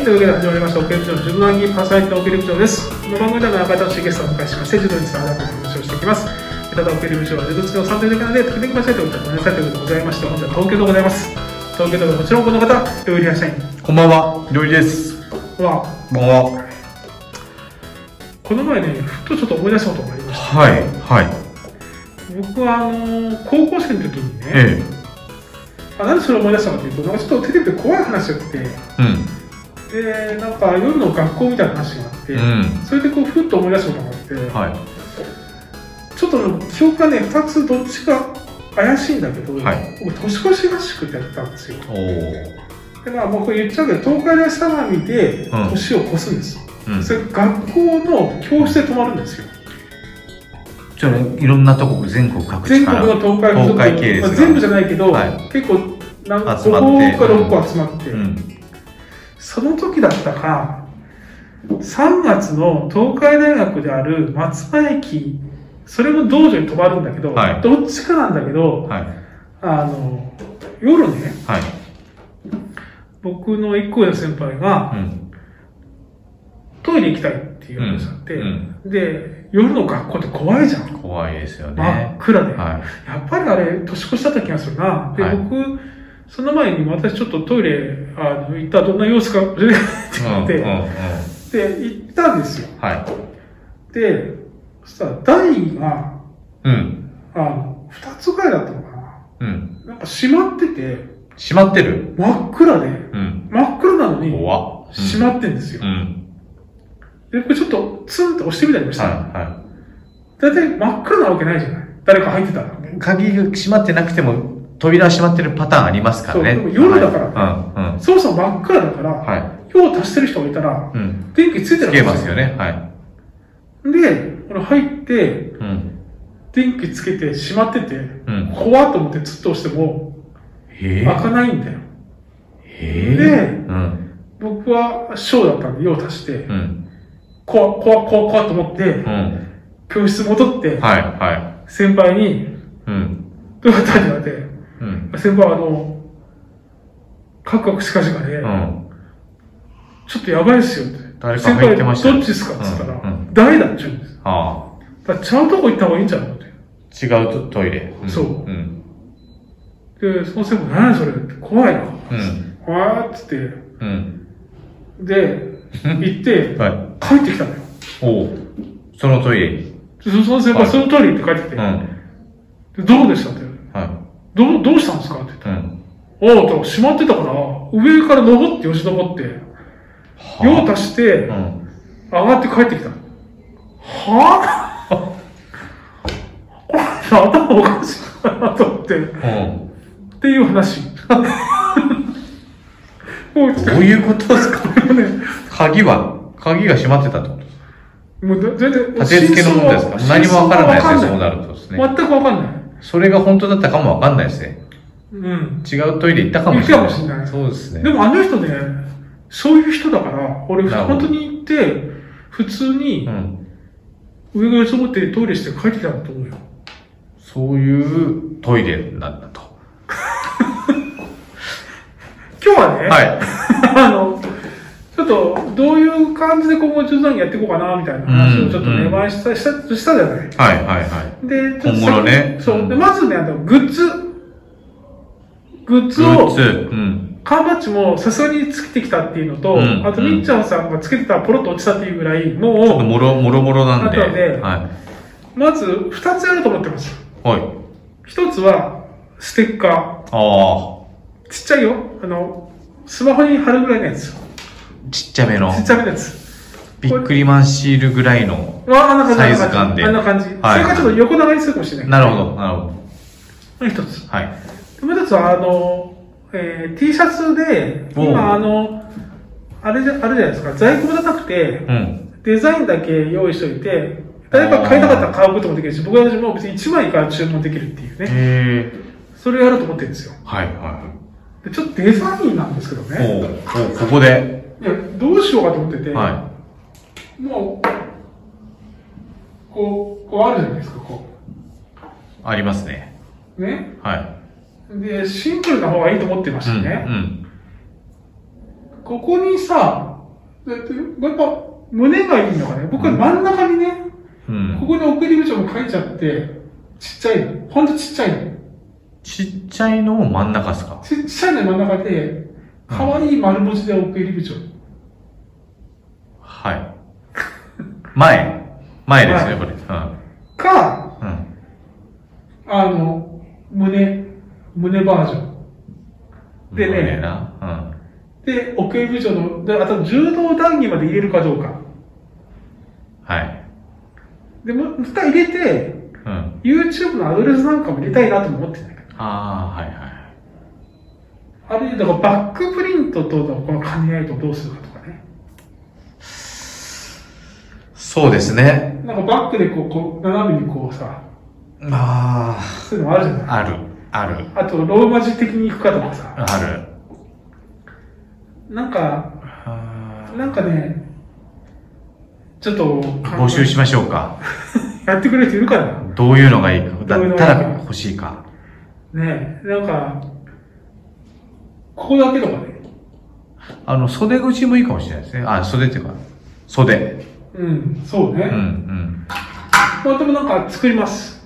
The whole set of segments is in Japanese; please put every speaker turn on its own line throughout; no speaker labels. というわけで始まりましたオケルクション10番組パーソナリティのオケルクションですこの番組では私ゲストをお迎えしまして柔道について新たな話をしていきますただオケルクションは柔道付きの3点だけなので時々間違えておいてごめんなさいということでございまして本日は東京でございます東京ではもちろんこの方料理屋社員
こんばんは、料理です。
は
こんばんは。
この前ねふっとちょっと思い出したことがありまし
はい、はい。
た僕はあのー高校生の時にね、
え
あなんでそれを思い出したかというとなんかちょっとテレビで怖い話があって
え。
でなんか夜の学校みたいな話があって、
うん。うん。
それでこうふっと思い出したことがあって、
は
ちょっと記憶がね2つどっちか怪しいんだけど、
はい
僕年越し合宿ってやったんですよ
い。おお。
でまあ僕言っちゃうけど東海大相模で
うん
年を越すんですよ、
うん。
それ学校の教室で泊まるんですよ
じゃあ、いろんなとこ、全国各地
全
か
国
ら。
の東海
東海系列が
まあ、全部じゃないけど、
はい
結構なんか
集
5
まっ
校
て
か6校集まって、
うん。
その時だったか、3月の東海大学である松葉駅、それも道場に泊まるんだけど、
はい
どっちかなんだけど、
はい。
あの、夜ね、
はい。
僕の一個上の先輩が、
うん。
トイレ行きたいっていう話があって、
うん
で、夜の学校って怖いじゃん。
怖いですよ
真っ
ね。
暗で。
は
やっぱりあれ、年越しだった気がするな。で、
はい
僕、その前に私ちょっとトイレ、あの、行ったらどんな様子か教えてくれ
い。うん。うん。
って
うん。
って行ったんですよ。
はい。
で、そしたら台が、
うん。
あの、二つぐらいだったのかな。
うん。
なんか閉まってて、
閉まってる。
真っ暗で、
うん。
真っ暗なのに、
怖っ。
閉まってんですよ
う。ん。
で、僕ちょっとツンって押してみたりもしたの。
は
だいたい真っ暗なわけないじゃない誰か入ってたら。
い。はい。鍵が閉まってなくても、扉閉まってるパターンありますからね。
そうでも夜だから
はいうん。うん。
そもそも真っ暗だから、
は
用を足してる人がいたら、
い。うん。
電気ついて
つ
る
けますよね。はい。
で、俺入って、
うん。
電気つけて閉まってて、
うん。
怖っと思ってツッと押しても、
へ
開
え。
かないんだよ。
へえ。
で
うん。
僕はショーだったんで用を足して
う、ん。
怖っ怖っ怖っ怖っと思って
う、ん。
教室戻って、
はい、は
先輩に、
い。うん。
どうやったって言われて、
うん。
先輩はあの、カクカクしかじかで、
うん。
ちょっとやばいっすよって。
誰か入ってました
先輩どっちですかって言ったら、
うんう
誰だって言うんです。
ああ。
だからちゃうとこ行った方がいいんじゃないって。
違うトトイレ。ん
そう
うん。
で、その先輩、何それって怖いな。
うん。
わーっつって、
うん。
で、行って、
はい。
帰ってきたのよ。
おうそのトイレに。
でそその先輩、
はい
その通りって帰ってきて、
うん。
でどうでしたって言う
は
どう、どうしたんですかって言っ
い。うん。
たら、おう、だから閉まってたから、上から登って、よじ登って、用
は
足して、
あうん。
上がって帰ってきた。はぁ、 頭おかしいなと思って。っ
うん。
ていう 話。もう、
どういうことですか
ね、
鍵は、鍵が閉まってたってこと
もう全然、
立て付けの問題ですか何もわからないですね、そうなるとです
ね。
ね。
全くわかんない。
それが本当だったかもわかんないですね。
うん。
違うトイレ行ったかもしれな
行
い。
ったかもしれない
そうですね。
でもあの人ね、そういう人だから、俺、
なるほ
本
ど
当に行って、普通に
うん。
上がよそ持ってトイレして帰ってきたんだと思うよ。
そういうトイレなんだと。
今日はね、
はい。
あの、ちょっと、どういう感じで今後中山やっていこうかな、みたいな話をちょっと
うん
ね、
うん
前した、した、したじゃない。
はいはいはい。
で、ちょっと
今後のね
そう。で、まずね、あの、グッズ。グッズ
グッ
を、
ズ。うん。
缶バッジもさすがにつけてきたっていうのと、
うん
あと、
うん
みっちゃんさんがつけてたらポロッと落ちたっていうぐらい、
ちょっと
も
もろ、もろもろなんで。
後で
は
う、まず2つやると思ってます。
い。はい。
1つは、ステッカ
あ
ー。ちっちゃいよ。あの、スマホに貼るぐらいのやつ。ち
あ。ちっちゃめの。
っちゃめのやつ。
びっくりマンシールぐらいの。
わあ、なんか
サイズ感で
あんな感じ。それ
はい
がちょっと横長にするかもしれない。
なるほど、なるほど。
一つ。
はい。
もう一つは、あの、えー、T シャツで、
おう
今、あの、あれじゃ、あれじゃないですか、在庫もなくて、
うん。
デザインだけ用意しといて、誰か買いたかったら買うこともできるし、僕は私も別に1枚から注文できるっていう
へ
ね。
え。
それをやろうと思ってるんですよ。
はいは
でちょっとデザインなんですけど
い。
ね。
おうおうここで。
いや、どうしようかと思ってて、
は
もう、こう、こうあるじゃないですか、こ
い。ありますね。
う。ね。
はい。
で、シンプルな方がいいと思ってまし
う
た
ん。
ね。
うん。
ここにさ、えっとやっぱ、胸がいいのがね、僕は真ん中にね、
うん
ここに送り口も書いちゃって、ちっちゃいの。ほんとちっちゃいの。
ちっちゃいのを真ん中ですか
ちっちゃいの真ん中で、可愛い丸文字で奥入り口を。
はい。前。前ですね、
前
これ。うん。
か、
うん。
あの、胸、胸バージョン。でね
無理な。
で、奥入り口の、で、あと柔道談義まで入れるかどうか。
うん。はい。
で、もう、蓋入れて、
うん。
YouTube のアドレスなんかも入れたいなとも思ってんだけど。
ああ、はいはい。
あるいは、だからバックプリントとのこの兼ね合いとどうするかとかね。
そうですね。
なんかバックでこう、こう斜めにこうさ、
あ
そういうのあるじゃない
あ。ある。ある。
あと、ローマ字的に行くかとかさ。
ある。
なんか、
あ
なんかね、ちょっと、
ー募集しましょうか。
やってくれる人いるかな
どういうのがいいか。
どういうの
だっ
がいいか
たら欲しいか。
ねえ、なんか、ここだけとかね。
あの、袖口もいいかもしれないですね。あ、袖っていうか、袖。
うん、そうね。
うん、うん。
まあでもなんか作ります。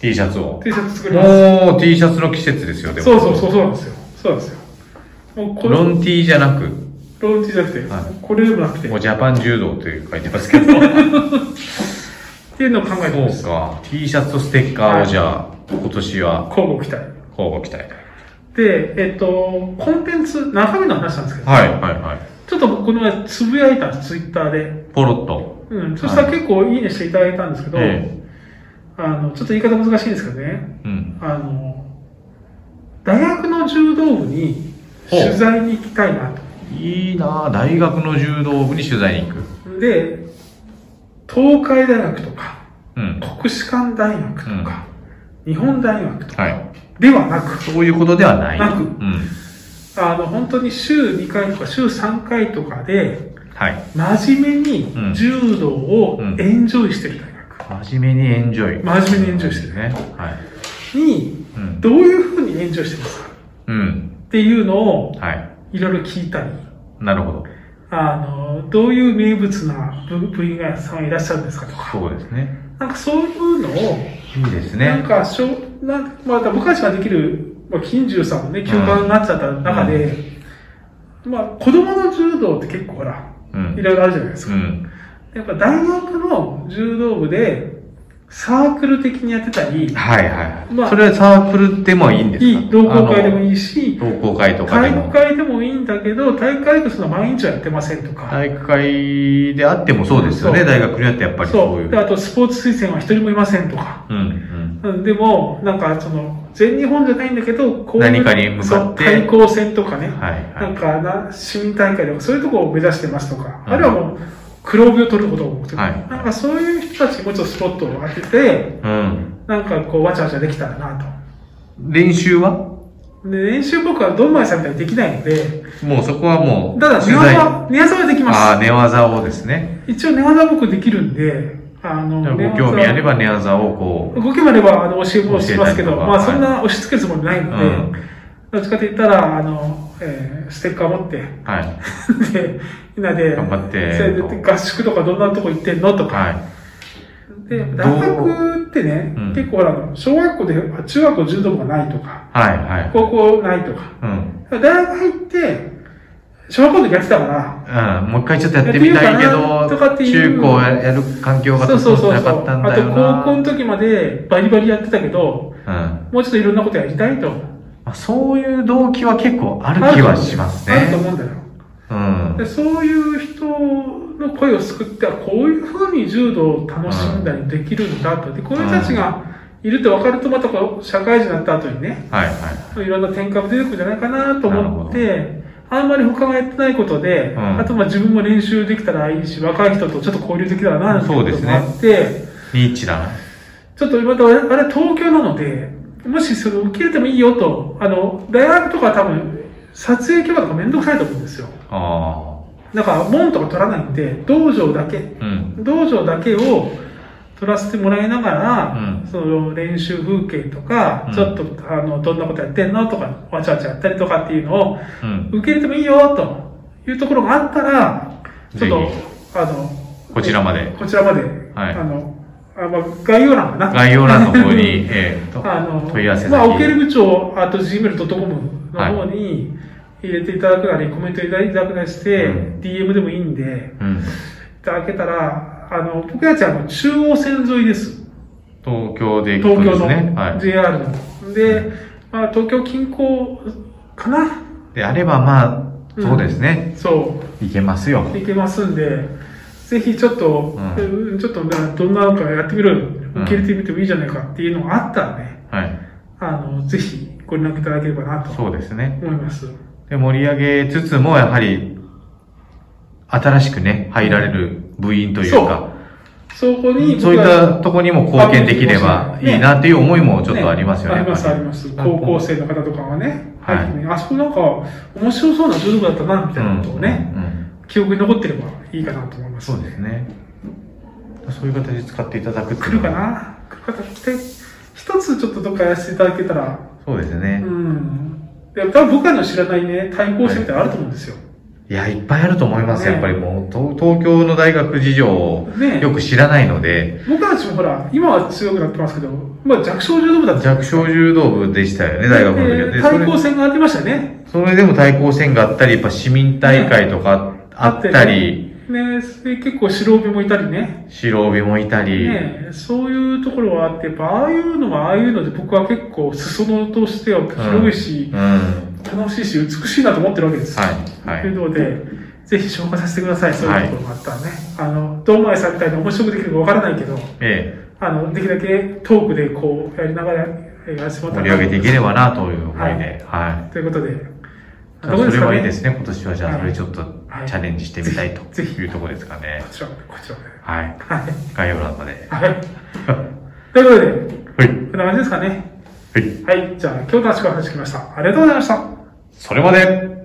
T シャツを。
T シャツ作ります。
もう T シャツの季節ですよ、でも。
そうそうそう、そうなんですよ。そうなんですよ。もうこれ、
ロン T じゃなく、
ロン T じゃなくて、
はい
これでもなくて、
も
っ
うジャパン柔道という書いてますけど。そ
ていうのを考えてます。
うか。T シャツとステッカー
は
を
い
じゃあ、今年は
交互期待。
交互期待。
で、えっと、コンテンツ、中身の話なんですけど、
はい、はい、はい。
ちょっと僕この前つぶやいたんです、ツイッターで。
ポロッと。
うん、そしたら結構いいねしていただいたんですけど、
え
あの、ちょっと言い方難しいんですけどね、
え。うん。
あの、大学の柔道部に
ほう
取材に行きたいな
はいいなぁ。大学の柔道部に取材に行く。
と。で、東海大学とか、
うん。
国士舘大学とか、日本大学とか、
はい。
ではなく、
そういうことではない。
なく
うん。
あの、本当に週2回とか週3回とかで、
はい。
真面目に柔道を
うん
エンジョイしてる大学
真面目にエンジョイ。
真面目にエンジョイしてる
ね。はい。
に、
うん。
どういうふうにエンジョイしてますか
うん。
っていうのを、
はい。
いろいろ聞いたり、
なるほど。
あの、どういう名物な部部員がさんいらっしゃるんですかとか、
そうですね。
なんかそういうのを、
いいです
なん
ね。
かしょ、なんまあ、だから僕たちができる、まあ、金獣さんもね、休暇になっちゃった中で、まあ、子供の柔道って結構ほら、
う
い
ん。
ろいろあるじゃないです
う
か。
ん。
やっぱ大学の柔道部で、サークル的にやってたり、
はいはい
ま
は
あ
い。それはサークルでもいいんですか
いい同好会でもいいし、
同好会とか
体
で
育
も。
会でもいいんだけど、体育会部その毎日はやってませんとか、
体育会であってもそうですよ
そ
ね。
う
大学にあってやっぱりそう
そ。
いうう。
で、あとスポーツ推薦は一人もいませんとか。
うんうん。
うん、でも、なんか、その、全日本じゃないんだけど、こういう
何かに向かって
そう対抗戦とかね、
はい
な
は
ん
い。
かな、市民大会とか、そういうところを目指してますとか、
うん
あるいはもう、黒帯を取ることを目的、
はい
なんかそういう人たちにもうちょっとスポットを当てて、
うん。
なんかこう、わちゃわちゃできたらな
練習は
と。で、練習僕はドンマイさんみたいにできないので、
もうそこはもう。
ただ、寝
取材
技は、寝技はでき
あ
ま
あ、寝技をですね。
す。一応寝技は僕できるんで、あの、
じゃあ
寝
ご
技
興味あれば寝技をこ
動けばあれば、あの、教えもしますけど、
教えたりとか
まあ、
はい
そんな押し付けるつもりないの
う。う
で、
ん。
どっちかと言ったら、あの、えーステッカー持って、
はい。
で、みんなで、
頑張って
それで合宿とかどんなとこ行ってんのとか。
はい。
で、大学ってね、
うん
結構ほら、小学校で、あ中学校柔道部がないとか、
はいはい。
高校ないとか。
う
大
ん。
学入って、小学校の時やってたから、
うん、もう一回ちょっとやってみたいけ
やっ
ど、
てみようかなとかっていう
中高やる環境が
そうそ
整
う
って
そうそ
なかっ
う。
たん
あ
だ
と
よ
高校
な。
の時までバリバリやってたけど、
うん
もうちょっといろんなことやりたいと。
まあ、そういう動機は結構ある気はします
あると
ね。
思うんだよ。
うん。
でそういう人の声を救ってはこういうふうに柔道を楽しんだりできるんだと、でこういう人たちがいるって分かるとまたこう社会人になった後にね
はいはい
ろんな転換も出てくるんじゃないかなと思っ
な
てあんまり他がやってないことで、
うん
あとまあ自分も練習できたらいいし若い人とちょっと交流できたらなっていうこともあって、
い。ニーチだな。
ちょっとまたあれ東京なのでもしそれ受け入れてもいいよとあの大学とかは多分撮影許可とかめんどくさいと思うんですよ
あ
だから門とか取らないんで道場だけ
あ。うん。
道場だけを取らせてもらいなが
う
ら、
ん。
その練習風景とか、
うん
ちょっとあのどんなことやってんのとかわちゃわちゃやったりとかっていうのを
うん。
受け入れてもいいよというところがあったらちょっ
ぜ
と、あの、
こちらまで
こちらまで、
はい
あの、あまあ、概要欄かな。
概要欄の方に、えーと
あの、
問い合わせ先、
まあ、オケル部長、あと gmail.com の方に入れていただくなり、コメントいただくなりして、
うん
DM でもいいんで、
うん、
いただけたら、あの、僕たちはあの中央線沿いです。
東京で行
東
くんで
京
す
の
ね。はい。
JR の。で、まあ、東京近郊かな
であれば、まあ、そうですね。
そう。
行けますよ。
いけますんで、ぜひちょっと、
う
うんちょっとなどんなのかやってみる、
うん
受け入れてみてもいいじゃないかっていうのがあったらね、
はい。
あの、ぜひご連絡いただければなと
そうですね。
思います。
で、盛り上げつつも、やはり、新しくね、入られる部員というか、
そこに、
そう
僕
いっ
ら
たところにも貢献できればいいなっていう思いもちょっとありますよね。
あります、あ
やっぱ
り
り
ます。高校生の方とかはね、
はい
入ってねあそこなんか面白そうな柔道部だったな、みたいなことをね、
うんうんうん
記憶に残ってればいいかなと思います。
そうですね。そういう形で使っていただくって
来
いう
る
の
か
は
な来る方来て、一つちょっとどっかやらせていただけたら
そうですね。
うん。で多分僕らの知らないね、対抗戦ってあると思うんですよ。
いや、いっぱいあると思います。
ね
やっぱりもう、東東京の大学事情を
ね
よく知らないので、
僕たちもほら、今は強くなってますけど、まあ弱小柔道部だった。
弱小柔道部でしたよね、大学の時は。
で
でそれ
対抗戦がありましたね。
それでも対抗戦があったり、やっぱ市民大会とかあったり、
ね、それで結構白帯もいたりね。
白帯もいたり、
ね、そういうところはあって、やっぱああいうのはああいうので僕は結構裾野としては広いし、
うん。は
楽しいし、美しいなと思ってるわけで
い
す。。
は
という
い。
ので、ぜひ紹介させてください、そういうところがあったらね。あの、堂前さんみたいに面白くできるかわからないけど、
え
あの、できるだけトークでこう、やりながら、えーやらせてもら
え、盛
った
り
ら
上げていければなという思いで、は
ということで、。
い。それはいいですすね、今年はじゃ
は
あ、
い
それちょっと
はい
チャレンジしてみたいと
ぜひ
いうところですかね
こ。ちら、こちらで。
はい。
はい。
概要欄まで。
はい。ということで、
はい。
こんな感じですかね。
はい。
はい。じゃあ、今日の話から話してきました。ありがとうございました。
それまで